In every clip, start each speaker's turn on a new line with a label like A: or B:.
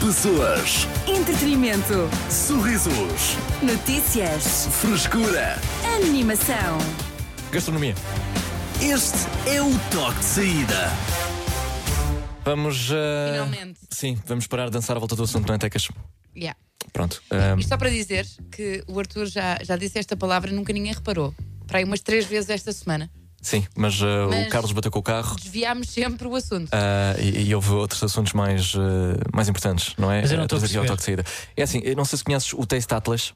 A: Pessoas,
B: Entretenimento.
A: sorrisos,
B: Notícias.
A: frescura.
B: Animação.
C: Gastronomia.
A: Este é o toque de saída.
C: Vamos. eh,
D: Finalmente.
C: Sim, vamos parar de dançar à volta do assunto, não é, Tecas?
D: Yeah.
C: Pronto. eh,
D: Isto só para dizer que o Arthur já, já disse esta palavra e nunca ninguém reparou. Para aí umas três vezes esta semana.
C: sim, mas, eh,
D: Mas-
C: o Carlos bateu com o carro.
D: Desviámos sempre o assunto.
C: ah, e, e houve outros assuntos mais, eh, mais importantes, não é?
E: Mas eu não
C: Eh,
E: estou a
C: trazer aqui ao
E: perceber.
C: toque de saída. É assim, eu não sei se conheces o Taste Atlas.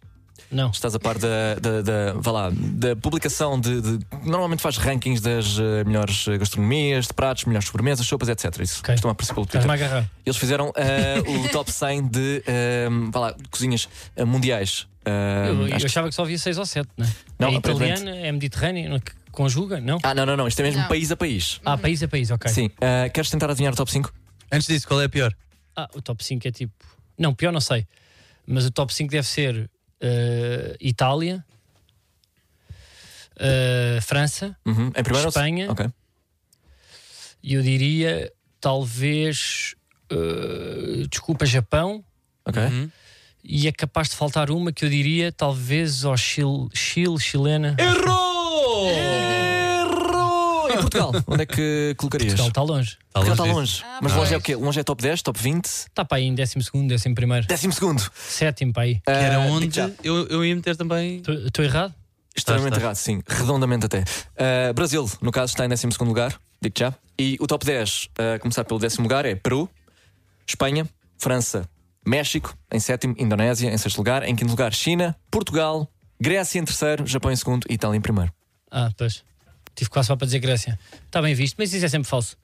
E: Não.
C: Estás a par da, da, da, vá lá, da publicação de, de- Normalmente faz rankings das eh, melhores eh, gastronomias, de pratos, melhores sobremesas, sopas, etc. Isso
E: Ok.
C: costuma aparecer pelo Twitter.
E: Estás-me a agarrar.
C: Eles fizeram eh, o top 100 de eh, vá lá, cozinhas eh, mundiais. Eh,
E: Eu, eu
C: acho que-
E: achava que só havia 6 ou 7, né?
C: Não,
E: é
C: aparentemente-
E: italiana, é mediterrânea, que conjuga, não?
C: Ah, não, não, não. Isto é mesmo
D: Não.
C: país a país.
E: Ah, país a país, ok.
C: Sim. Eh, queres tentar adivinhar o top 5?
F: Antes disso, qual é a pior?
E: Ah, o top 5 é tipo. Não, pior não sei. Mas o top 5 deve ser eh, Itália, eh, França,
C: Uhum. Em primeiro ou se-
E: Espanha.
C: Ok.
E: e eu diria talvez. eh, desculpa, Japão.
C: Ok.
F: Uhum.
E: E é capaz de faltar uma que eu diria, talvez ao Chile, Chile chilena.
C: Errou! Errou! Em Portugal, onde é que colocarias?
E: Portugal está longe.
C: Portugal
F: Talvez
C: está
F: disso.
C: Tá longe.
D: Ah,
C: Mas longe é o
D: pois.
C: quê? Longe é top 10, top 20,
E: Está para Tá aí em 12, 11,
C: décimo segundo.
E: sétimo para aí.
F: Que era
C: Ah,
F: onde
C: digo já.
F: eu, eu ia meter também.
E: Estou- Estou errado?
C: Extremamente
F: Estás,
C: errado, sim. Redondamente até. Ah, Brasil, no caso, está em 12 lugar, digo já. E o top 10, a começar pelo décimo lugar, é Peru, Espanha, França, México, em sétimo, Indonésia, em sexto lugar, em quinto lugar, China, Portugal, Grécia em terceiro, Japão em segundo e Itália em primeiro.
E: Ah, pois. Tive quase só para dizer Grécia. Está bem visto, mas isso é sempre falso.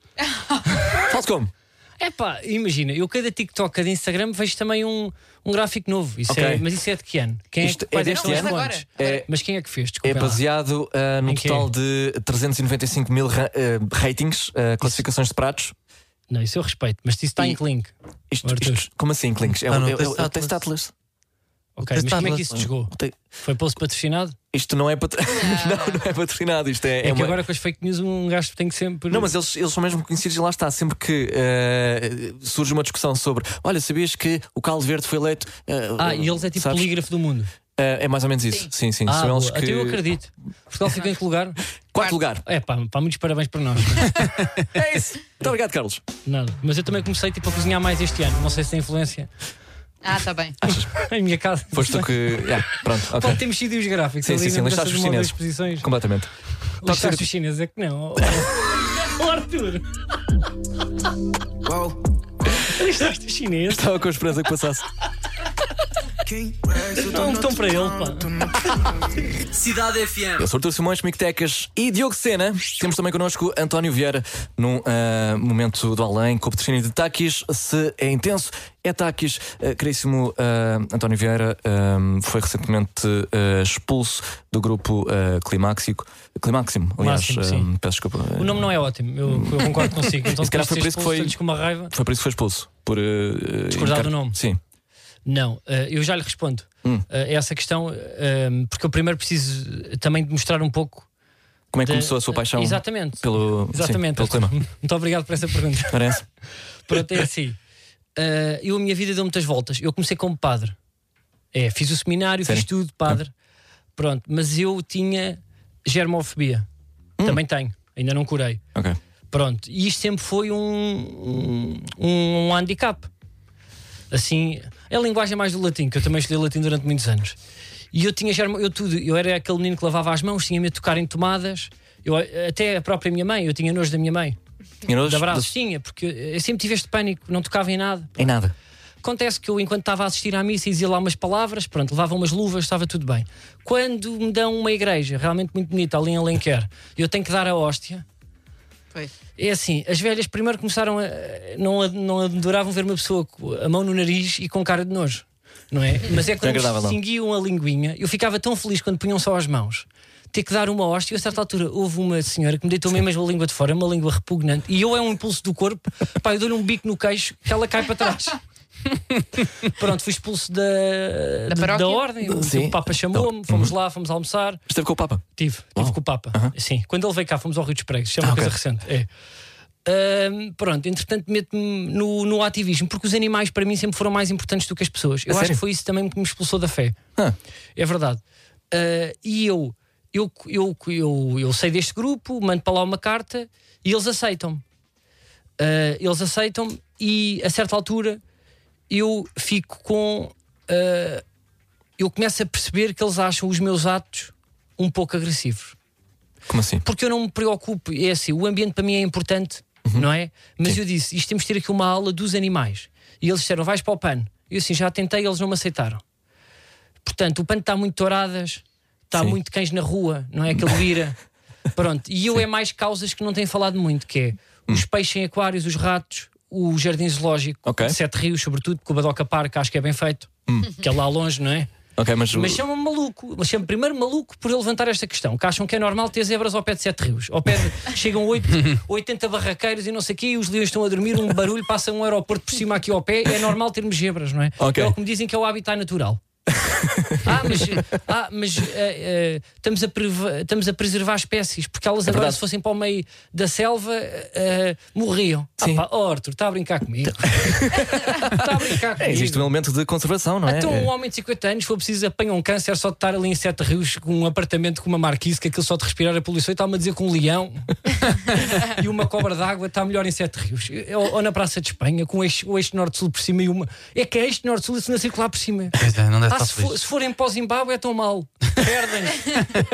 C: Falso como?
E: É pá, imagina, eu cada TikTok, cada Instagram vejo também um, um gráfico novo. Isso
C: Ok.
E: é, mas isso é de que ano? Quem
C: Isto
E: é, que- quais
C: é deste
E: que são
D: ano?
E: os montes?
C: É,
E: Mas quem é que fez? Desculpa.
C: é baseado ah, no
E: Em quê?
C: total de 395 mil ra- ah, ratings, ah, classificações de pratos.
E: Não, isso eu respeito, mas isso está
C: E-
E: em que link.
C: Isto,
E: Arthur.
C: isto- como assim, Clinks? É,
F: Ah,
C: um-
F: não,
C: é, é, é,
F: Taste
C: o
F: Atlas.
C: Taste Atlas.
E: Ok,
F: Mas
E: mas
F: está
E: como é que
F: bem.
E: isso chegou?
C: O te-
E: Foi pelo patrocinado?
C: Isto não é, patro... não. Não, é patrocinado, isto é,
E: É, que
C: uma-
E: agora com as fake news um gajo tem que sempre.
C: Não, mas eles, eles são mesmo conhecidos e lá está. Sempre que eh, surge uma discussão sobre olha, sabias que o Caldo Verde foi eleito. eh,
E: Ah, e eles é tipo
C: sabes?
E: polígrafo do mundo.
C: Eh, é mais ou menos isso. Sim, sim.
E: Ah,
C: são eles
E: boa.
C: que.
E: até eu acredito. Portugal ficou em que lugar?
C: Quarto lugar.
E: É pá, pá, muitos parabéns para nós.
C: É isso. Muito obrigado, Carlos.
E: Nada. Mas eu também comecei tipo, a cozinhar mais este ano. Não sei se tem influência
D: Ah, está bem.
E: Tá em minha casa.
C: Foste tu que. Yeah, pronto,
E: Pode
C: ok.
E: ter mexido os gráficos.
C: Sim,
E: ali
C: sim, sim,
E: na
C: listaste os
E: mudança de uma ou duas
C: chineses.
E: posições.
C: Completamente.
E: Listaste os chineses é que não. Oh, Arthur, listaste os chineses.
C: Estava com a esperança que passasse.
E: Dá um botão para ele, pá.
F: Cidade FM.
C: Eu sou Artur Simões, Mictecas e Diogo Sena. Temos também connosco António Vieira num ah, momento do além, com o patrocínio de Takis. Se é intenso, é Takis. Ah, caríssimo ah, António Vieira ah, foi recentemente ah, expulso do grupo ah, Climáxico. Climáximo, aliás.
E: Máximo,
C: ah,
E: sim.
C: peço desculpa.
E: O nome não é ótimo, eu, eu concordo consigo. Então,
C: Se calhar
E: depois
C: foi por
E: de
C: isso que foi-
E: teres posto-lhes com uma raiva.
C: Foi por isso que foi expulso. Por, ah,
E: Discordar
C: encar-
E: do nome.
C: Sim.
E: Não, eh, eu já lhe respondo.
C: Hum.
E: Eh, essa questão, eh, porque eu primeiro preciso eh, também de mostrar um pouco.
C: Como é que
E: da-
C: começou a sua paixão
E: Exatamente.
C: pelo, sim,
E: Exatamente.
C: pelo clima?
E: Muito obrigado por essa pergunta.
C: Parece?
E: Pronto, é assim. Ah, eu, a minha vida deu muitas voltas. Eu comecei como padre. É, fiz o seminário,
C: Sério?
E: fiz tudo, padre. Pronto, mas eu tinha germofobia. Também tenho, ainda não curei.
C: Ok.
E: Pronto, e isto sempre foi um, um, um handicap. Assim, é a linguagem mais do latim, que eu também estudei latim durante muitos anos. E eu tinha germo, eu tudo, eu era aquele menino que lavava as mãos, tinha medo de tocar em tomadas. Eu, até a própria minha mãe, eu tinha nojo da minha mãe.
C: E nós-
E: De abraços, tinha, porque eu sempre tive este pânico, não tocava em nada.
C: Em nada.
E: Acontece que eu, enquanto estava a assistir à missa, dizia lá umas palavras, pronto, levava umas luvas, estava tudo bem. Quando me dão uma igreja realmente muito bonita, ali em Alenquer, eu tenho que dar a hóstia.
D: Pois.
E: É assim, as velhas primeiro começaram a. Não, a- não adoravam ver uma pessoa com a mão no nariz e com cara de nojo, não é? Mas é quando
C: agradável, não.
E: distinguiam a linguinha, eu ficava tão feliz quando punham só as mãos. Ter que dar uma hóstia, e a certa altura houve uma senhora que me deitou mesmo a língua de fora, uma língua repugnante, e eu é um impulso do corpo, pá, eu dou-lhe um bico no queixo que ela cai para trás. Pronto, fui expulso da,
D: Da
E: da,
D: paróquia?
C: Sim.
E: ordem,
C: Então, uhum.
E: o Papa chamou-me, fomos lá, fomos almoçar,
C: Esteve com o Papa. Ah,
E: Tive, tive com o Papa. Sim, quando ele veio cá, fomos ao Rio dos Pregos. Isso é uma coisa recente. É. Ahm, pronto, entretanto meto-me no, no ativismo, porque os animais para mim sempre foram mais importantes do que as pessoas. Eu acho
C: sério?
E: que foi isso também que me expulsou da fé.
C: Ah.
E: É verdade. Ah, e eu eu, eu, eu eu sei deste grupo, mando para lá uma carta e eles aceitam-me. Ah, eles aceitam-me e a certa altura eu fico com. ah, eu começo a perceber que eles acham os meus atos um pouco agressivos
C: Como assim?
E: porque eu não me preocupo. É assim, o ambiente para mim é importante,
C: Uhum.
E: não é? Mas eu disse, isto temos de ter aqui uma aula dos animais. E eles disseram, vais para o pano. E eu assim, já tentei, eles não me aceitaram. Portanto, o pano está muito touradas, está
C: Sim.
E: muito cães na rua, não é? Aquele vira. Pronto, e eu é mais causas que não têm falado muito, que é
C: Hum.
E: os peixes em aquários, os ratos, o jardim zoológico,
C: Ok. Hum.
E: de Sete Rios, sobretudo, porque o Badoca Park acho que é bem feito, que é lá longe, não é?
C: Ok, mas,
E: Mas chama-me maluco, mas chama primeiro maluco por eu levantar esta questão, que acham que é normal ter zebras ao pé de sete rios. Ao pé de, chegam oito- 80 barraqueiros e não sei o quê, e os leões estão a dormir, um barulho, passa um aeroporto por cima aqui ao pé, é normal termos zebras, não é?
C: Ok.
E: É o que me dizem que é o habitat natural. ah, mas, ah, mas eh, eh, estamos, a preva- estamos a preservar espécies, porque elas agora,
C: É verdade.
E: se fossem para o meio da selva, eh, eh, morriam.
C: Sim.
E: Ah, pá, oh, Arthur, está a brincar comigo. Está a brincar comigo.
C: É, existe um elemento de conservação, não é?
E: Então, um
C: É.
E: homem de 50 anos, se for preciso, apanha um câncer só de estar ali em Sete Rios com um apartamento com uma marquise, que aquilo só de respirar a poluição e está-me a dizer que um leão e uma cobra d'água está melhor em Sete Rios. É, Ou, ou na Praça de Espanha, com o eixo, o eixo norte-sul por cima e uma. É que é eixo norte-sul e se não circular por cima.
F: Pois é, não deve
E: Ah,
F: estar
E: se, for,
F: feliz.
E: se forem para o Zimbábue é tão mal. Perdem-se.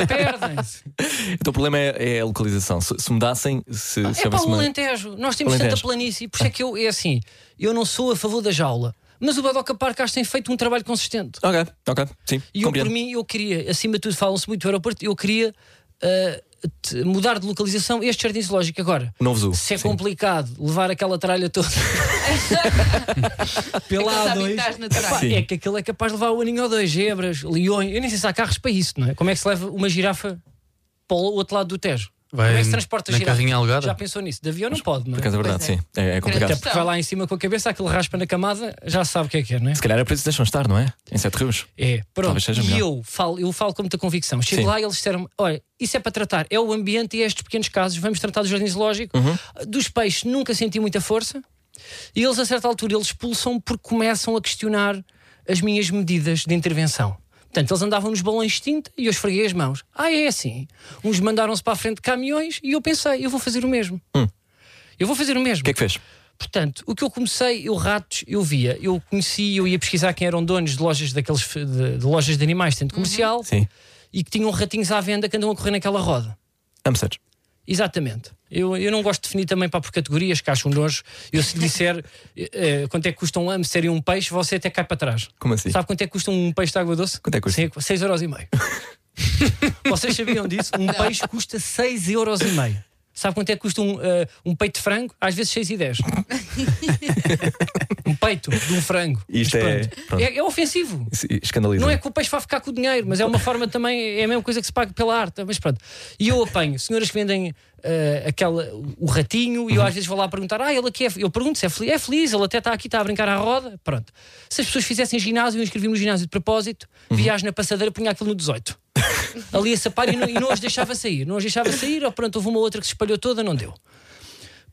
E: Perdem-se.
C: Então o problema é, é a localização. Se, se mudassem, se
E: É para
C: chamasse
E: o
C: uma.
E: Alentejo. Nós temos
C: Alentejo.
E: tanta planície. Por isso é que eu, é assim, eu não sou a favor da jaula. Mas o Badoca Park acho que tem feito um trabalho consistente.
C: Ok, ok, sim.
E: E eu, por
C: compreendo.
E: mim, eu queria, acima de tudo, falam-se muito do aeroporto, eu queria ah, te- mudar de localização este jardim zoológico agora.
C: Novo Zoo.
E: Se é
C: sim.
E: complicado levar aquela tralha toda pela
D: Aqueles
E: A2,
D: habitats naturais.
E: é que aquilo é capaz de levar o aninho ou dois, zebras, leões. Eu nem sei se há carros para isso, não é? Como é que se leva uma girafa para o outro lado do Tejo?
F: Vai
E: Como é que se transporta
F: na
E: girafas?
F: carrinha alugada?
E: Já pensou nisso? De avião não pode, não
C: Por
E: é?
C: acaso é verdade,
D: Pois é.
C: sim. É, é complicado.
E: Até porque vai lá em cima com a cabeça, aquele raspa na camada, já sabe o que é que é, não é?
C: Se calhar é por isso que deixam estar, não é? Em Sete Rios.
E: É, pronto.
C: Talvez seja
E: e
C: melhor.
E: eu falo, eu falo com muita convicção. Chego
C: Sim.
E: lá e eles disseram-me: olha, isso é para tratar, é o ambiente e é estes pequenos casos, vamos tratar do jardim zoológico.
C: Uhum.
E: Ah, Dos peixes nunca senti muita força. E eles, a certa altura, eles expulsam porque começam a questionar as minhas medidas de intervenção. Portanto, eles andavam nos balões de tinta e eu esfreguei as mãos. Ah, é assim. Uns mandaram-se para a frente de caminhões e eu pensei, eu vou fazer o mesmo. Eu vou fazer o mesmo.
C: Hum. O que é que fez?
E: Portanto, o que eu comecei, eu ratos, eu via, eu conheci, eu ia pesquisar quem eram donos de lojas daqueles f- de, de lojas de animais, tanto comercial,
C: Sim.
E: e que tinham ratinhos à venda que andam a correr naquela roda.
C: Amsterdã.
E: Exatamente. Eu, eu não gosto de definir também para por categorias, que acho um nojo. Eu se disser eh, eh, quanto é que custa um hamster e um peixe, você até cai para trás.
C: Como assim?
E: Sabe quanto é que custa um peixe de água doce?
C: Quanto é que custa?
E: 6,5€. Vocês sabiam disso? Um peixe custa 6,5€. Sabe quanto é que custa um, eh, um peito de frango? Às vezes 6,10. um peito de um frango.
C: Isto
E: Mas
C: é-
E: pronto.
C: pronto.
E: É, é ofensivo.
C: Isso Escandaliza.
E: Não é que o peixe vá ficar com o dinheiro, mas é uma forma também, é a mesma coisa que se paga pela arte. Mas pronto. E eu apanho senhoras que vendem eh, aquela, o ratinho, e eu às vezes vou lá perguntar: ah, ele aqui é. fe-" Eu pergunto se é feliz, é feliz, ele até está aqui, está a brincar à roda. Pronto. Se as pessoas fizessem ginásio, eu inscrevi-me no ginásio de propósito, viagem na passadeira, punha aquilo no 18. Ali a sapar e não, e não as deixava sair, não as deixava sair, ou pronto, houve uma outra que se espalhou toda, não deu.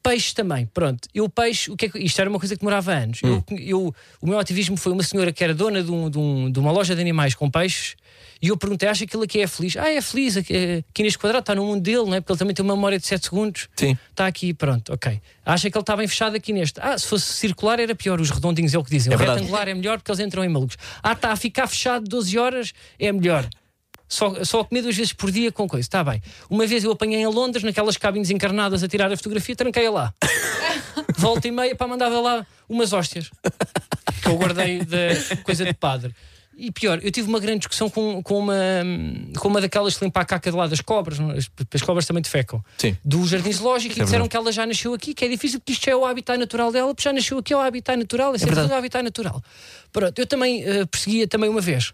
E: Peixe também, pronto. Eu peixe, o que é que- isto era uma coisa que demorava anos. Eu, eu- o meu ativismo foi uma senhora que era dona de, um- de um- de uma loja de animais com peixes e eu perguntei, acha que aquilo aqui é feliz? Ah, é feliz, aqui, eh, aqui neste quadrado está no mundo dele, não é? Porque ele também tem uma memória de 7 segundos.
C: Sim.
E: Está Tá aqui, pronto, ok. Acha que ele está bem fechado aqui neste? Ah, se fosse circular era pior, os redondinhos é o que dizem.
C: É
E: o
C: verdade.
E: retangular é melhor porque eles entram em malucos. Ah, está a ficar fechado 12 horas é melhor. Só, só a comer duas vezes por dia com coisa, está bem. Uma vez eu apanhei em Londres, naquelas cabines encarnadas, a tirar a fotografia, tranquei-a lá. Volta e meia, para mandava lá umas hóstias que eu guardei da coisa de padre. E pior, eu tive uma grande discussão com, com, uma, com uma daquelas que limpa a caca de lá das cobras, não é? as, as cobras também defecam,
C: Sim.
E: do Jardim Zoológico, e disseram
C: É verdade.
E: que ela já nasceu aqui, que é difícil, porque isto já é o habitat natural dela, porque já nasceu aqui, é o habitat natural, é sempre
C: verdade.
E: tudo o habitat natural. Pronto, eu também eh, perseguia também uma vez.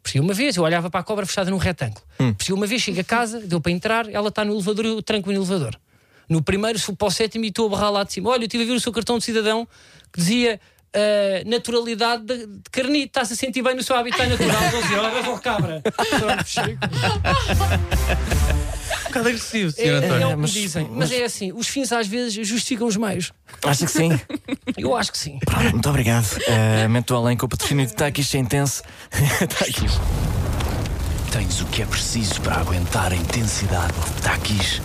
E: Persegui uma vez, eu olhava para a cobra fechada num retângulo.
C: Hum.
E: Persegui uma vez, chego a casa, deu para entrar, ela está no elevador, eu tranco no elevador. No primeiro, subo para o sétimo e estou a barrar lá de cima. Olha, eu estive a ver o seu cartão de cidadão que dizia ah, naturalidade de, de carnito, está-se a sentir bem no seu habitat natural, 12 horas, ou cabra. Pronto, chego.
F: bocado agressivo,
E: É,
F: senhor
E: é
F: António.
E: o que me
C: mas-
E: dizem. Mas, é assim, os fins às vezes justificam os meios.
C: Acha que sim?
E: Eu acho que sim.
C: Pronto, muito obrigado. Uh, Mento além com o patrocínio de Takis é intenso. Takis.
A: Tens o que é preciso para aguentar a intensidade de Takis.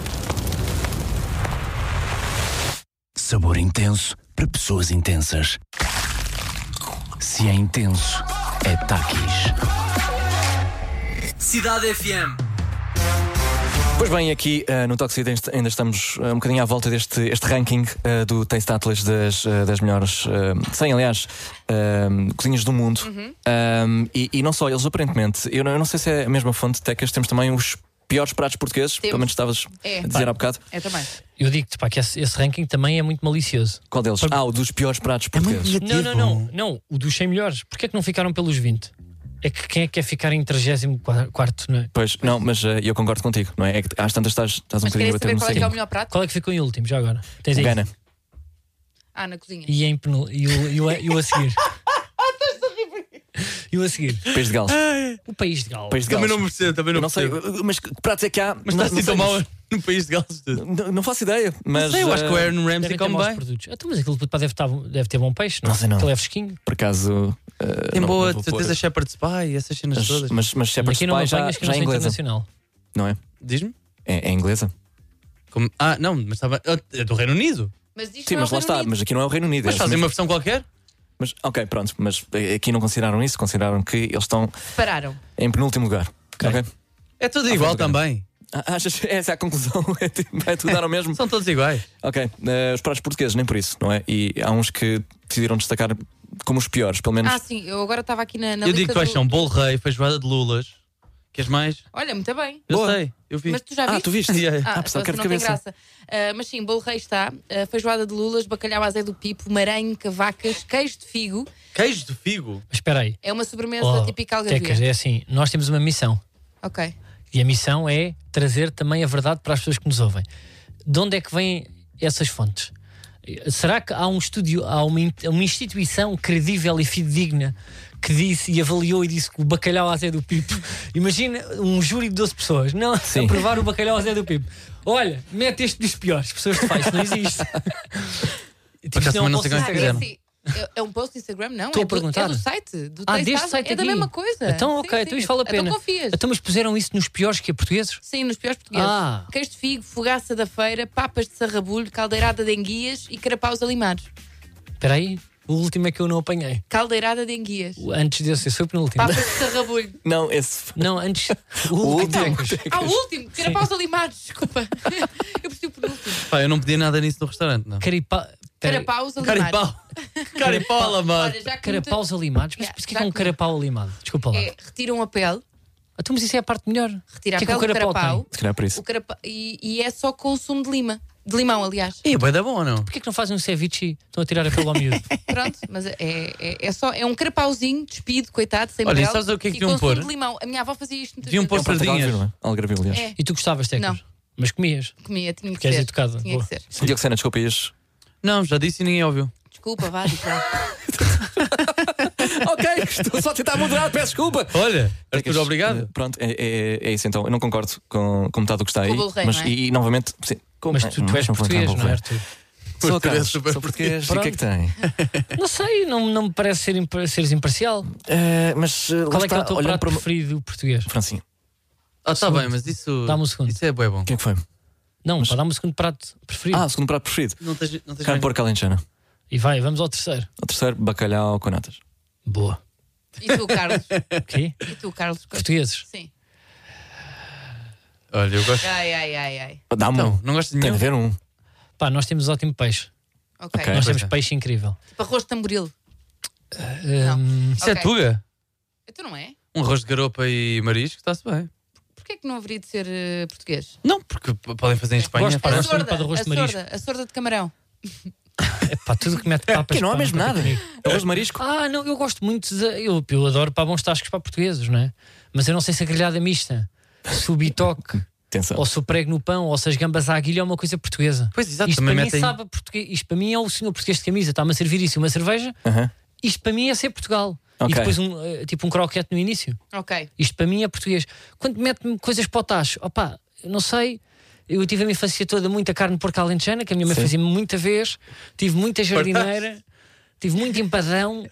A: Sabor intenso para pessoas intensas. Se é intenso, é Takis.
F: Cidade FM.
C: Pois bem, aqui eh, no Toxic ainda estamos eh, um bocadinho à volta deste este ranking eh, do Taste Atlas das, eh, das melhores, eh, 100 aliás, eh, cozinhas do mundo.
D: Uhum.
C: Eh, e, e não só, eles aparentemente, eu não, eu não sei se é a mesma fonte de tecas, temos também os piores pratos portugueses,
D: Temos.
C: pelo menos estavas
D: É.
C: a dizer há bocado.
D: É também.
E: Eu digo-te pá, que esse, esse ranking também é muito malicioso.
C: Qual deles? Ah, o dos piores pratos
F: É
C: portugueses.
E: Não, não, não, não. O dos 100 melhores. Porquê é que não ficaram pelos 20? É que quem é que quer ficar em 34, não é?
C: Pois, não, mas eh, eu concordo contigo, não é? é que às tantas estás, estás um
D: Mas
C: bocadinho a bater
D: querem saber
C: no
D: qual é que é o
C: saco.
D: melhor prato?
E: Qual é que ficou em último, já agora? Tens aí.
C: Gana.
D: Ah, na cozinha.
E: E, em penul... e, o, e, o, e o a seguir.
C: Ah,
E: e o a seguir.
C: Peixe de Gales.
E: O país de Galo.
C: Peixe de
F: Ah,
C: Gales.
F: Também não percebo, também
C: Eu
F: não,
C: não sei,
F: percebo.
C: mas que pratos é que há?
F: Mas
C: Não-
F: está assim
C: não
F: tão
C: sei,
F: mal
C: mas-
F: no país de Gales. tudo.
C: Não, não faço ideia, mas.
F: Sei, eu acho
C: eh,
F: que é o Aaron Ramsey
E: Devem ter
F: come
E: maus
F: bem.
E: produtos. Ah, tu, mas aquilo pá, deve, tá- deve ter bom peixe, não?
C: Não sei, não.
E: Aquilo é fresquinho.
C: Por acaso. eh,
F: Tem
C: não-
F: boa,
C: não vou
F: de certeza,
C: pôr.
F: Shepherd's Pie, essas cenas todas.
C: Mas, mas, mas Shepherd's
E: Aqui não
C: Pie
E: me
C: já,
E: apanhas que eu
C: já
E: não
C: é
E: sou
C: inglesa,
E: internacional.
C: não é?
F: Diz-me?
C: é? É inglesa.
F: Como- Ah, não, mas estava. Ah, É do Reino Unido.
D: Mas diz
C: Sim,
D: não é
C: mas
D: o
C: lá
D: Reino
C: está,
D: Unido.
C: mas aqui não é o Reino Unido.
F: Mas
C: Eles
F: fazem
C: mesmo-
F: uma versão qualquer?
C: mas- ok, pronto, mas eh, aqui não consideraram isso, consideraram que eles estão
D: Pararam.
C: em penúltimo lugar. Ok.
F: É tudo igual também.
C: Ah, Achas essa é a conclusão? É tipo, Vai tudo dar ao mesmo?
F: São todos iguais.
C: Ok, eh, os pratos portugueses, nem por isso, não é? E há uns que decidiram destacar como os piores, pelo menos.
D: Ah, sim, eu agora estava aqui na, na
F: Eu
D: lista
F: digo que tu
D: do-
F: acham bolo rei, feijoada de lulas. Queres mais?
D: Olha, muito bem.
F: Eu
C: Boa.
F: sei, eu vi.
D: Mas tu já
C: Ah,
D: viste?
C: tu viste?
F: Yeah, yeah.
D: Ah,
C: Ah, pessoal,
D: então
C: quero
D: não tem
C: cabeça.
D: graça. Ah, mas sim, bolo rei está, ah, feijoada de lulas, bacalhau à Zé do Pipo, maranho, cavacas, queijo de figo.
F: Queijo de figo?
E: Mas espera aí.
D: É uma sobremesa
E: Oh,
D: típica
E: Tecas,
D: algarvia.
E: é assim, nós temos uma missão.
D: Ok.
E: E a missão é trazer também a verdade para as pessoas que nos ouvem. De onde é que vêm essas fontes? Será que há um estúdio, há uma, in- uma instituição credível e fidedigna que disse e avaliou e disse que o bacalhau à Zé do Pipo? Imagina um júri de 12 pessoas, não,
C: Sim.
E: aprovar o bacalhau à Zé do Pipo. Olha, mete este dos piores, pessoas que faz, não existe. Tipo,
F: acaso
E: isto não é um
F: também não
E: post
F: sei como é que
E: Instagram.
F: fizeram.
D: esse- é- é um post do Instagram, não?
E: Estou
D: é
E: a perguntar.
D: Do, é do site. Do
E: Ah,
D: Taste
E: deste
D: House.
E: site
D: É da
E: aqui.
D: mesma coisa.
E: Então,
D: Sim,
E: ok,
D: sim.
E: então isto vale a pena.
D: Então confias.
E: Então, mas puseram isso nos piores que é portugueses?
D: Sim, nos piores portugueses.
E: Ah.
D: Queijo de figo, fogaça da feira, papas de sarrabulho, caldeirada de enguias e carapaus alimados.
E: Espera aí, o último é que eu não apanhei.
D: Caldeirada de enguias.
E: O- Antes desse, esse foi o penúltimo.
D: Papas de sarrabulho.
C: Não, esse.
E: Não, antes. O último.
D: Ah, o último, carapaus alimados, desculpa. Eu preciso o penúltimo.
F: Pá, eu não pedi nada nisso no restaurante, não.
E: Caripa... pera-
D: Carapaus alimados.
F: Caripau! Caripau, amado!
D: Olha, já que
E: Carapaus alimados? Mas
D: Yeah,
E: porquê
D: já
E: que é um
D: comi.
E: carapau alimado? Desculpa lá.
D: muita- é, retiram a pele,
E: Então, mas isso é a parte melhor.
D: retiram
E: O
D: a
E: que é que
D: pele
E: o
D: do
E: carapau
D: carapau.
E: tem?
C: Se calhar é por isso.
D: O carapa- e, e é só com o sumo de lima. De limão, aliás.
F: E vai dar bom ou não?
E: Porquê que não fazem um ceviche? Estão a tirar a pele ao miúdo.
D: Pronto, mas é, é, é só é um carapauzinho despido, coitado, sem
F: Olha, e
D: pele.
F: sabes o que é que
D: e
F: deviam
D: com sumo
F: pôr?
D: de limão. A minha avó fazia isto muitas
F: Deviam
D: vezes.
F: pôr
D: Eu
C: Prato de Algarve,
F: sardinhas.
C: não é? Algarve, aliás.
D: É.
E: E tu gostavas, Tecas?
D: Não.
E: Mas comias.
D: comia, tinha que
E: Porque és
D: ser.
E: educada.
D: Tinha
E: Boa.
D: que ser.
C: Diogo Sena, desculpa, ias.
F: Não, já disse e ninguém ouviu.
D: Desculpa, vá, diz lá.
C: Ok, estou só a tentar moderar, peço desculpa.
F: Olha,
C: Tecas,
F: Arthur,
C: eh,
F: obrigado.
C: Pronto, é, é- é isso então. Eu não concordo com, com metade do que está aí.
D: o bolo rei,
C: mas,
D: não é?
C: e, e, novamente, sim, como- é?
E: Mas tu, tu és
C: Deixa-me perguntar
E: português,
C: ao bolo
E: não é,
C: rei.
E: Arthur?
C: Sou,
F: Português,
C: Carlos,
F: super
C: sou português. E o
E: português.
C: que é que tem?
E: Não sei, não, não me parece ser impar- seres imparcial.
C: Eh, mas eh, lá
E: Qual é que
C: está,
E: é o teu
C: olhando
E: prato
C: para o.
E: preferido português?
C: Francim,
F: Ah, tá
E: segundo.
F: bem, mas isso.
E: Dá-me um segundo.
F: Isso é bué bom.
C: quem é que foi?
E: Não, pá, dá-me o segundo prato preferido.
C: Ah, o segundo prato preferido.
F: Não tens, não tens
C: Carne porca alentejana.
E: E vai, vamos ao terceiro.
C: O terceiro, bacalhau com natas.
E: Boa.
D: E tu, Carlos?
E: Ok?
D: E tu, Carlos?
E: Portugueses.
D: Sim.
F: Olha, eu gosto.
D: Ai, ai, ai, ai.
C: Dá-me
F: Não,
C: um.
E: Então,
F: não gosto de
C: Tem
F: nenhum.
C: de ver um.
E: É Pá, nós temos ótimo peixe.
D: Ok.
C: Ok.
E: Nós
F: Pois
E: temos
F: é.
E: peixe incrível.
D: Tipo arroz de tamboril.
E: Hum,
F: Isso é
D: Ok.
F: tuga?
D: Então não é?
F: Um arroz de garopa e marisco, está-se bem.
D: Porquê é que não haveria de ser eh, português?
F: Não, porque p- podem fazer em Espanha.
E: Gosto,
F: pá.
E: gosto.
D: A
E: Parece um
D: sorda,
E: empada de arroz
D: a
E: de marisco.
D: sorda, a sorda de camarão.
E: Pá, tudo que mete papas.
C: Que não há
E: pá,
C: mesmo
E: nunca
C: nada.
E: comi.
C: Arroz de marisco.
E: Ah, não, eu gosto muito de. Eu, eu adoro para bons tascos para portugueses, não é? Mas eu não sei se a grelhada mista, se o bitoque,
C: Atenção.
E: ou se o prego no pão, ou se as gambas à aguilha é uma coisa portuguesa.
F: Pois, exato,
E: isto para
F: também
E: mim
F: metem-
E: sabe a português. Isto para mim é o senhor português de camisa, está-me a servir isso e uma cerveja.
C: Aham.
E: Isto para mim é ser Portugal.
C: Ok.
E: E depois um, eh, tipo um croquete no início.
D: Ok.
E: Isto para mim é português. Quando mete-me coisas para o tacho, opá, eu não sei. Eu tive a minha infância toda muita carne de porco alentejana, que a minha mãe fazia muita vez. Tive muita jardineira. Tive muito empadão.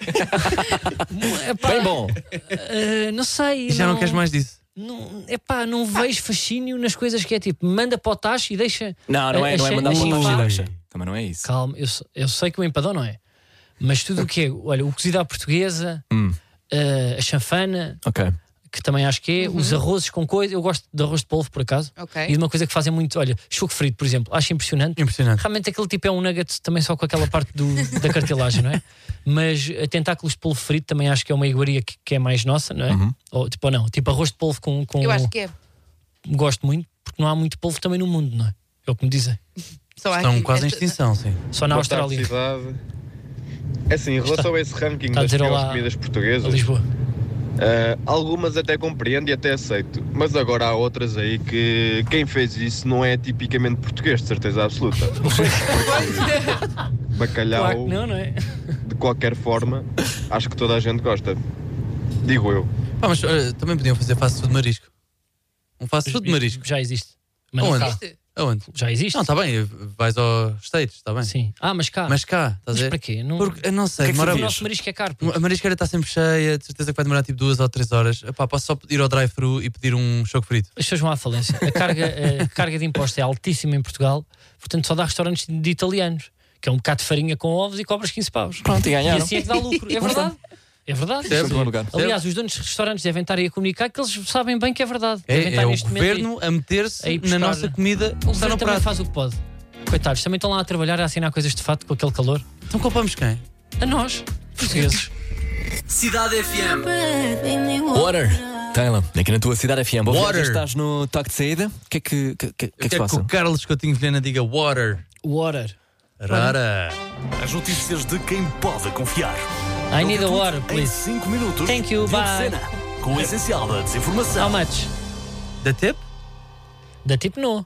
E: Epá,
C: Bem bom.
E: eh, não sei.
F: E já não queres mais disso?
E: Não, epá, não vejo fascínio nas coisas que é tipo, manda para o tacho e deixa.
C: Não, não
E: a-
C: é,
E: a
C: não é
E: che-
C: mandar
E: a
C: para
E: chinfar.
C: uma baixa. Também não é isso.
E: Calma, eu, se- eu sei que o empadão não é. Mas tudo o que é, olha, o cozido à portuguesa,
C: Hum.
E: eh, a chanfana,
C: Ok.
E: que também acho que é, os arrozes com coisa. Eu gosto de arroz de polvo, por acaso.
D: Uhum. Ok.
E: E de uma coisa que fazem muito, olha, choco frito, por exemplo, acho impressionante.
F: Impressionante.
E: Realmente aquele tipo é um nugget também só com aquela parte do- da cartilagem, não é? Mas eh, tentáculos de polvo frito também acho que é uma iguaria que, que é mais nossa, não é?
F: Uhum.
E: Ou, tipo, ou não, tipo arroz de polvo com. com
F: Oh.
D: Eu acho que é.
E: Gosto muito, porque não há muito polvo também no mundo, não é? É o que me dizem.
D: Só há
F: Estão
D: aqui. É
F: quase em
D: Esta-
F: extinção, sim.
E: Só na
G: Boa
E: Austrália,
G: tarde, cidade. É assim, em relação a esse ranking
E: está a
G: das
E: dizer
G: piores
E: olá
G: comidas
E: a
G: portuguesas,
E: Lisboa.
G: ah, algumas até compreendo e até aceito, mas agora há outras aí que quem fez isso não é tipicamente português, de certeza absoluta.
E: Claro
G: Bacalhau,
E: que não, não é?
G: de qualquer forma, acho que toda a gente gosta. Digo eu.
F: Pá, mas eh, também podiam fazer fast food de marisco. Um fast food de marisco.
E: Já existe. Mas não
F: Onde?
E: cá.
D: Existe?
F: Aonde?
E: Já existe?
F: Não, está bem, vais aos States, está bem.
E: Sim. Ah, mas cá.
F: Mas cá, estás a
E: Mas
F: ver?
E: para quê? Não...
F: Porque, eu não sei,
C: que é que
F: demora-
E: Hum. o nosso marisco é caro. puto.
F: A marisqueira está sempre cheia, de certeza que vai demorar tipo duas ou três horas. Epá, posso só ir ao drive-thru e pedir um choco frito.
E: As pessoas vão à falência. A carga, a carga de imposto é altíssima em Portugal, portanto só dá restaurantes de italianos, que é um bocado de farinha com ovos e cobras 15 paus.
C: Pronto, e
E: E
C: ganharam.
E: assim é que dá lucro. É verdade. É verdade.
C: Em
F: um
C: primeiro lugar.
E: Aliás, os donos de restaurantes devem estar aí a comunicar que eles sabem bem que é verdade. Devem
F: É,
E: estar
F: é o
E: neste momento aí.
F: governo a
E: a
F: meter-se
E: ir
F: na
E: buscar-
F: nossa comida que
E: O
F: está
E: governo
F: no
E: também
F: prato.
E: faz o que pode. Coitados, também estão lá a trabalhar a assinar coisas de fato com aquele calor.
F: Então culpamos quem?
C: é
E: A nós, portugueses.
F: Cidade FM.
C: Water. Taylor, aqui na tua cidade FM. Boa
F: Water.
C: viagem, Estás no toque de saída. O que é que, que, que, que é
F: Eu
C: que se
F: quero que
C: passa?
F: o Carlos Coutinho Vilhena diga water.
E: Water.
F: Rara.
A: As notícias de quem pode confiar.
E: I need a water,
A: Em
E: please.
A: 5 minutos.
E: Thank you,
A: Diogo
E: bye.
A: Sena, Com o essencial da
E: How
A: desinformação.
E: much?
F: Da tip?
E: Da tipo no.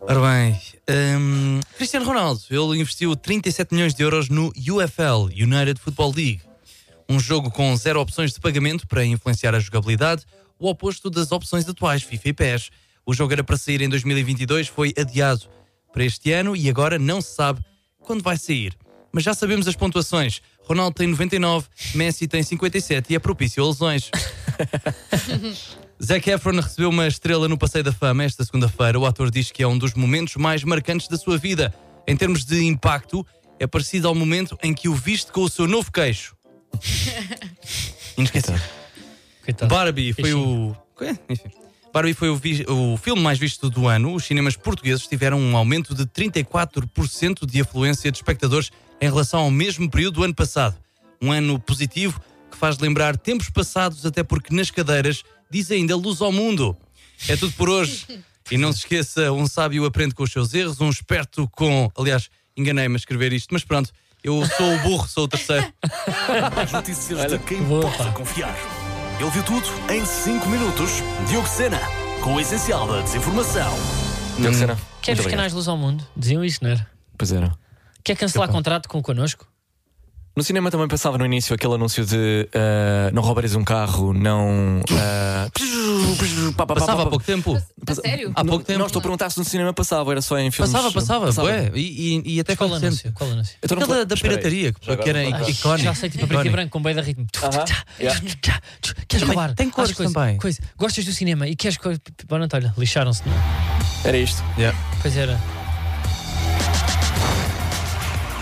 F: Ora bem, hum, Cristiano Ronaldo, ele investiu 37 milhões de euros no UFL, United Football League. Um jogo com zero opções de pagamento para influenciar a jogabilidade, o oposto das opções atuais, FIFA e PES. O jogo era para sair em 2022, foi adiado para este ano e agora não se sabe quando vai sair. Mas já sabemos as pontuações. Ronaldo tem 99, Messi tem 57 e é propício a lesões. Zac Efron recebeu uma estrela no Passeio da Fama esta segunda-feira. O ator diz que é um dos momentos mais marcantes da sua vida. Em termos de impacto, é parecido ao momento em que o viste com o seu novo queixo. Inesquecível.
E: Coitado.
F: Barbie foi o. Quê? Enfim. Barbie foi o, vi- o filme mais visto do ano. Os cinemas portugueses tiveram um aumento de 34% de afluência de espectadores em relação ao mesmo período do ano passado. Um ano positivo que faz lembrar tempos passados, até porque nas cadeiras diz ainda luz ao mundo. É tudo por hoje. E não se esqueça: um sábio aprende com os seus erros, um esperto com. Aliás, enganei-me a escrever isto, mas pronto, eu sou o burro, sou o terceiro.
A: As notícias de quem
E: boa,
A: pode
E: pá.
A: confiar. Ele viu tudo em 5 minutos. Diogo Sena. Com o essencial da desinformação.
C: Diogo Sena, muito
E: Quer os
C: obrigado.
E: canais Luz ao Mundo? Diziam isso, não era?
C: Hum, Pois era.
E: Quer cancelar contrato com connosco?
C: No cinema também pensava no início aquele anúncio de ah, não roubares um carro, não. ah, pá, pá, pá,
F: Passava
C: pá,
F: há
C: pá.
F: pouco tempo.
D: A sério?
F: Há
C: Não-
F: pouco tempo.
C: Não estou a perguntar se no cinema passava, era só em filmes.
F: Passava, passava, bué. E, e, e até
E: Qual
F: foi
E: anúncio?
F: recente.
E: Qual anúncio?
C: Então não
F: Aquela
C: foi-
F: da
C: Espera aí.
F: pirataria, que, que era
E: Ah,
F: icónica.
E: Já sei, tipo, a branca e
F: Icónica.
E: branco com bem da ritmo.
C: Aham, yeah.
E: Queres
F: Também
E: roubar?
F: tem cores
E: Acho coisa-
F: também.
E: Coisa. Gostas do cinema e queres. co- Bom, não, olha, lixaram-se. não é?
C: Era isto.
E: Pois era.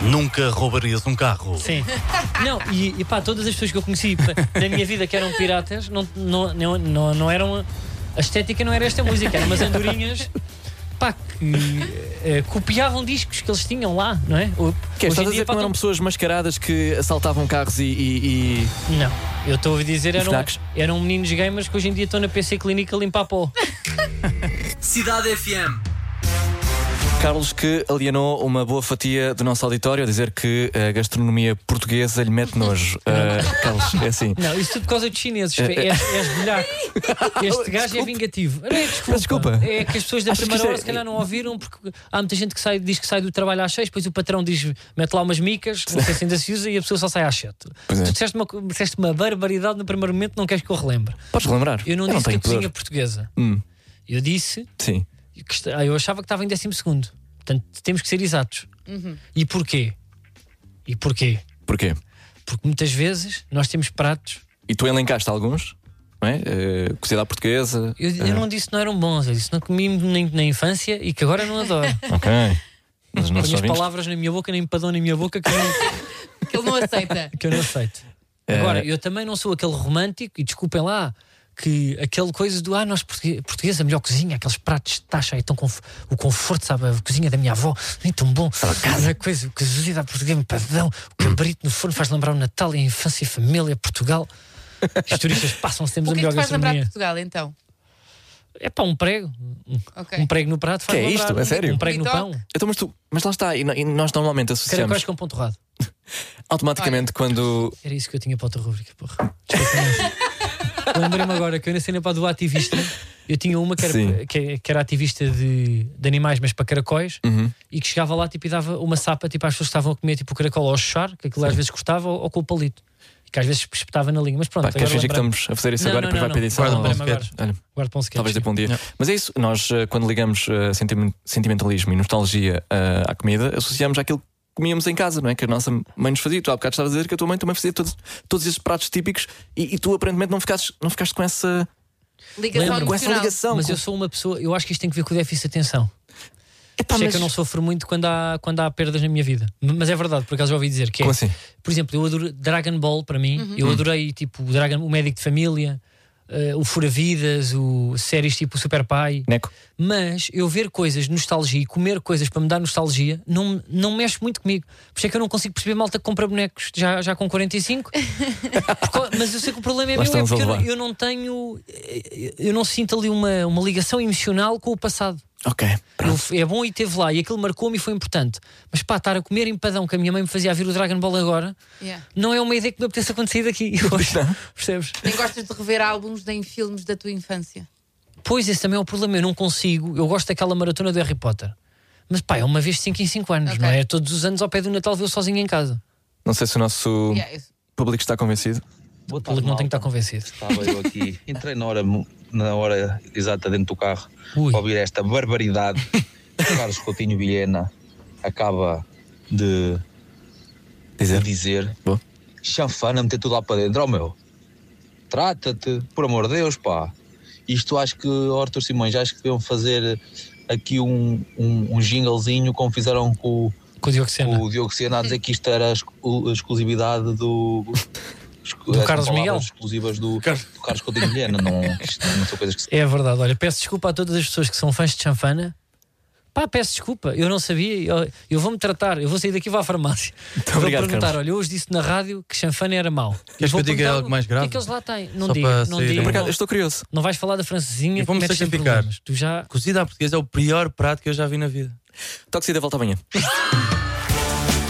A: Nunca roubarias um carro.
E: Sim. Não, e, e pá, todas as pessoas que eu conheci pa- na minha vida que eram piratas não, não, não, não, não eram. A estética não era esta música, eram umas andorinhas. Pá, que eh, copiavam discos que eles tinham lá, não é? O-
C: Que é, estás
E: hoje em
C: a
E: dia,
C: dizer que
E: pá,
C: não eram pessoas mascaradas que assaltavam carros e. e- e-
E: Não, eu estou a dizer, eram,
C: fracos.
E: eram meninos gamers que hoje em dia estão na PC Clínica a limpar pó.
C: Carlos que alienou uma boa fatia do nosso auditório a dizer que a gastronomia portuguesa lhe mete nojo. Ah, Carlos, é assim.
E: Não, isso tudo por causa dos chineses.
C: É,
E: És, és bilhaco. Este gajo é vingativo. Não é desculpa.
C: Desculpa.
E: É que as pessoas da
C: Achas que
E: primeira
C: isto
E: hora
C: é-
E: se calhar não ouviram, porque há muita gente que sai, diz que sai do trabalho às seis, depois o patrão diz mete lá umas micas, não sei se ainda se usa, e a pessoa só sai às sete.
C: Pois é.
E: Tu disseste uma, co- disseste uma barbaridade no primeiro momento, não queres que eu relembre.
C: Podes lembrar?
E: Eu não disse que
C: tenho
E: a cozinha
C: pudor. Hum.
E: portuguesa. Eu disse
C: Sim.
E: que esta- ah, eu achava que estava em 12 segundo. Portanto, temos que ser exatos. E porquê? E porquê?
C: Porquê?
E: Porque muitas vezes nós temos pratos.
C: E tu elencaste alguns, não é? Eh, cozida à portuguesa.
E: Eu, eu não disse que não eram bons, eu disse que não comi nem na infância e que agora não adoro.
C: Ok. Mas não
E: Ponho
C: só
E: as palavras na minha boca, nem empadão na minha boca que eu não,
D: Que ele não aceita.
E: que eu não aceito.
C: É.
E: Agora, eu também não sou aquele romântico, e desculpem lá, que aquele coisa do ah, nós portugue- portugueses, a melhor cozinha, aqueles pratos de taxa, e tão conf- o conforto, sabe? A cozinha da minha avó, nem tão bom. Cada coisa, o cozido à portuguesa, um padrão, o cabrito no forno faz lembrar o Natal e a infância e família, Portugal. Os turistas passam, temos
D: O
E: a
D: que é que
E: melhor
D: te faz lembrar de
E: gastronomia.
D: Portugal, então?
E: É pá, um prego.
D: Ok.
E: Um prego no prato faz
C: Que é
E: lembrar
C: isto? É
E: um-
C: sério?
E: Um prego no
D: Bitoque.
E: pão.
C: Então, mas, tu, mas lá está, e, no- e nós normalmente
E: Caracóis
C: associamos
E: com pão torrado. Ah,
C: automaticamente quando.
E: um Era isso que eu tinha para outra rubrica, porra. Desculpa, não. Lembrei-me agora que eu na cena para do ativista, eu tinha uma que
C: Sim.
E: era, que, que era ativista de, de animais, mas para caracóis,
C: Uhum.
E: e que chegava lá tipo, e dava uma sapa tipo, às pessoas que estavam a comer tipo, o caracol ao chuchar, que aquilo às vezes cortava, ou, ou com o palito. E que às vezes espetava na língua. Mas pronto,
C: Pá,
E: agora
C: queres fingir que
E: lembrei-me.
C: estamos a fazer isso
E: Não,
C: agora
E: não,
C: e depois
E: não,
C: vai
E: não.
C: para a edição?
E: Guarda-me agora.
C: Olha,
E: Guarda para um sketch.
C: Talvez dê para um dia.
F: Não.
C: Mas é isso, nós eh, quando ligamos eh, sentiment- sentimentalismo e nostalgia eh, à comida, associamos àquilo que comíamos em casa, não é? Que a nossa mãe nos fazia. Tu há bocado estavas a dizer que a tua mãe também fazia todos, todos esses pratos típicos e, e tu aparentemente não ficaste, não ficaste com essa,
D: Ligação
E: Lembro-me.
C: com essa
D: emocional.
C: ligação.
E: Mas
C: com-
E: eu sou uma pessoa, eu acho que isto tem que ver com o déficit de atenção.
C: Epá,
E: Por isso é
C: mas-
E: que eu não sofro muito quando há, quando há perdas na minha vida. Mas é verdade, por acaso já ouvi dizer que é.
C: Como assim?
E: Por exemplo, eu adoro Dragon Ball para mim. Eu adorei tipo o, Dragon, o Médico de Família, eh, o Fura Vidas, o séries tipo o Super Pai.
C: Neco?
E: Mas eu ver coisas de nostalgia e comer coisas para me dar nostalgia não, não mexe muito comigo. Por isso é que eu não consigo perceber malta que compra bonecos já, já com 45. Porque- mas eu sei que o problema é
C: Lá
E: meu, é
C: estamos a
E: porque eu, não-
C: levar.
E: eu não tenho. eh, Eu não sinto ali uma, uma ligação emocional com o passado.
C: Ok.
E: Eu f- é bom e teve lá e aquilo marcou-me e foi importante. Mas pá, estar a comer empadão que a minha mãe me fazia a vir o Dragon Ball agora
D: Yeah.
E: não é uma ideia que me apeteça acontecer daqui hoje. Percebes?
D: Nem gostas de rever álbuns nem filmes da tua infância.
E: Pois esse também é o problema. Eu não consigo. Eu gosto daquela maratona do Harry Potter. Mas pá, é uma vez de 5 em 5 anos,
D: Ok.
E: não é? Todos os anos ao pé do Natal vê-o sozinho em casa.
C: Não sei se o nosso
D: Yeah, eu-
C: público está convencido.
H: Boa
E: Pelo que não tenho que estar convencido.
H: Estava eu aqui, entrei na hora, na hora exata dentro do carro
E: Ui.
H: para ouvir esta barbaridade. Carlos Coutinho Vilhena acaba de
C: Dizer.
H: dizer
C: Boa.
H: chanfana meter tudo lá para dentro, ó meu trata-te, por amor de Deus pá, isto acho que ó, Arthur Simões, acho que deviam fazer aqui um, um, um jinglezinho como fizeram com, o-
E: Com o Diogo
H: com
E: Sena.
H: o Diogo Sena a dizer que isto era a exclu- a exclusividade do
E: Do
H: são
E: Carlos
H: palavras
E: Miguel?
H: exclusivas do, do Carlos Coutinho Vilhena não, isto não são coisas que se
E: É verdade. Olha, peço desculpa a todas as pessoas que são fãs de chanfana. Pá, peço desculpa. Eu não sabia. Eu, eu vou-me tratar. Eu vou sair daqui e vou à farmácia. vou
C: obrigado,
E: perguntar.
C: Carlos.
E: Olha, eu hoje disse na rádio que chanfana era mau.
F: Queres
E: Vou
F: que eu diga
E: perguntar
F: algo mais grave?
E: O que é que eles lá têm? Não
F: Só
E: diga.
F: para
E: Não
F: sair
E: diga.
F: em-
E: não-
C: Por acaso, eu estou curioso.
E: Não vais falar da francesinha
F: E
E: que
F: vamos
E: metes sempre
F: sacrificar.
E: problemas. Tu já.
F: Cozida à portuguesa é o pior prato que eu já vi na vida.
C: Toxida volta amanhã.